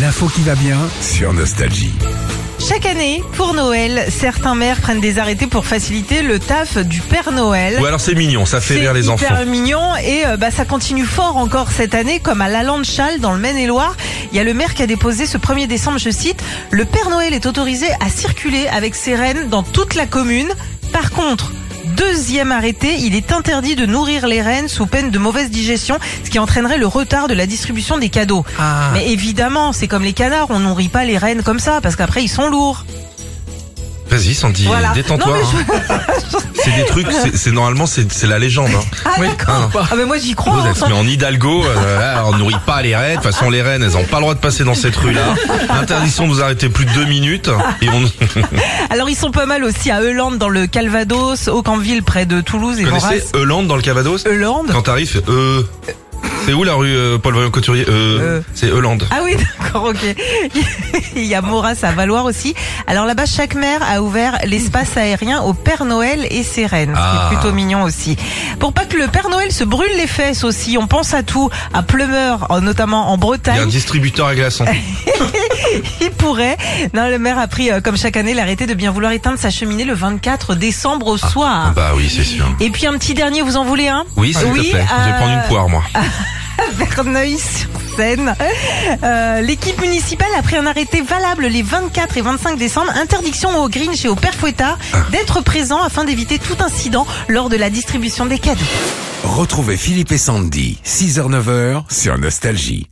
L'info qui va bien sur Nostalgie. Chaque année, pour Noël, certains maires prennent des arrêtés pour faciliter le taf du Père Noël. Ou alors c'est mignon, ça fait C'est rire les hyper enfants. mignon et euh, bah, ça continue fort encore cette année, comme à La Landchal dans le Maine-et-Loire. Il y a le maire qui a déposé ce 1er décembre, je cite, Le Père Noël est autorisé à circuler avec ses rennes dans toute la commune. Par contre, deuxième arrêté, il est interdit de nourrir les rennes sous peine de mauvaise digestion, ce qui entraînerait le retard de la distribution des cadeaux. Ah. Mais évidemment, c'est comme les canards, on nourrit pas les rennes comme ça, parce qu'après ils sont lourds. Vas-y Sandy, Voilà. détends-toi. Non, hein. C'est des trucs, c'est- c'est normalement c'est c'est la légende. hein. Ah Oui. d'accord Ah. Ah mais moi j'y crois Vous hein. êtes mais en Hidalgo, euh, là, on nourrit pas les rennes. De toute façon, les rennes, elles ont pas le droit de passer dans cette rue-là. Interdiction de vous arrêter plus de deux minutes. Et on Alors ils sont pas mal aussi à Euland dans le Calvados, Aucanville près de Toulouse et connaissez Vorace. Euland dans le Cavados Euland Quand t'arrives, euh, c'est où la rue euh, Paul Vaillant Couturier Euh. euh, C'est Euland. Ah oui, d'accord, ok. Il y a Moras à Valoir aussi. Alors là-bas, chaque maire a ouvert l'espace aérien au Père Noël et ses reines. Ah. C'est plutôt mignon aussi. Pour pas que le Père Noël se brûle les fesses aussi, on pense à tout. À Pleumeur, en- Il y notamment en a un Bretagne, distributeur à glaçons. il pourrait. Non, le maire a pris, euh, comme chaque année, l'arrêté de bien vouloir éteindre sa cheminée le 24 décembre au soir. Ah Bah oui, c'est sûr. Et puis un petit dernier, vous en voulez un Oui, s'il te plaît. Je vais euh, prendre une poire, moi. Verneuil-sur-Seine. Euh, L'équipe municipale a pris un arrêté valable les 24 et 25 décembre. Interdiction aux Grinch et aux Père Fouettard Ah. d'être présents afin d'éviter tout incident lors de la distribution des cadeaux. Retrouvez Philippe et Sandy, 6h-9h sur Nostalgie.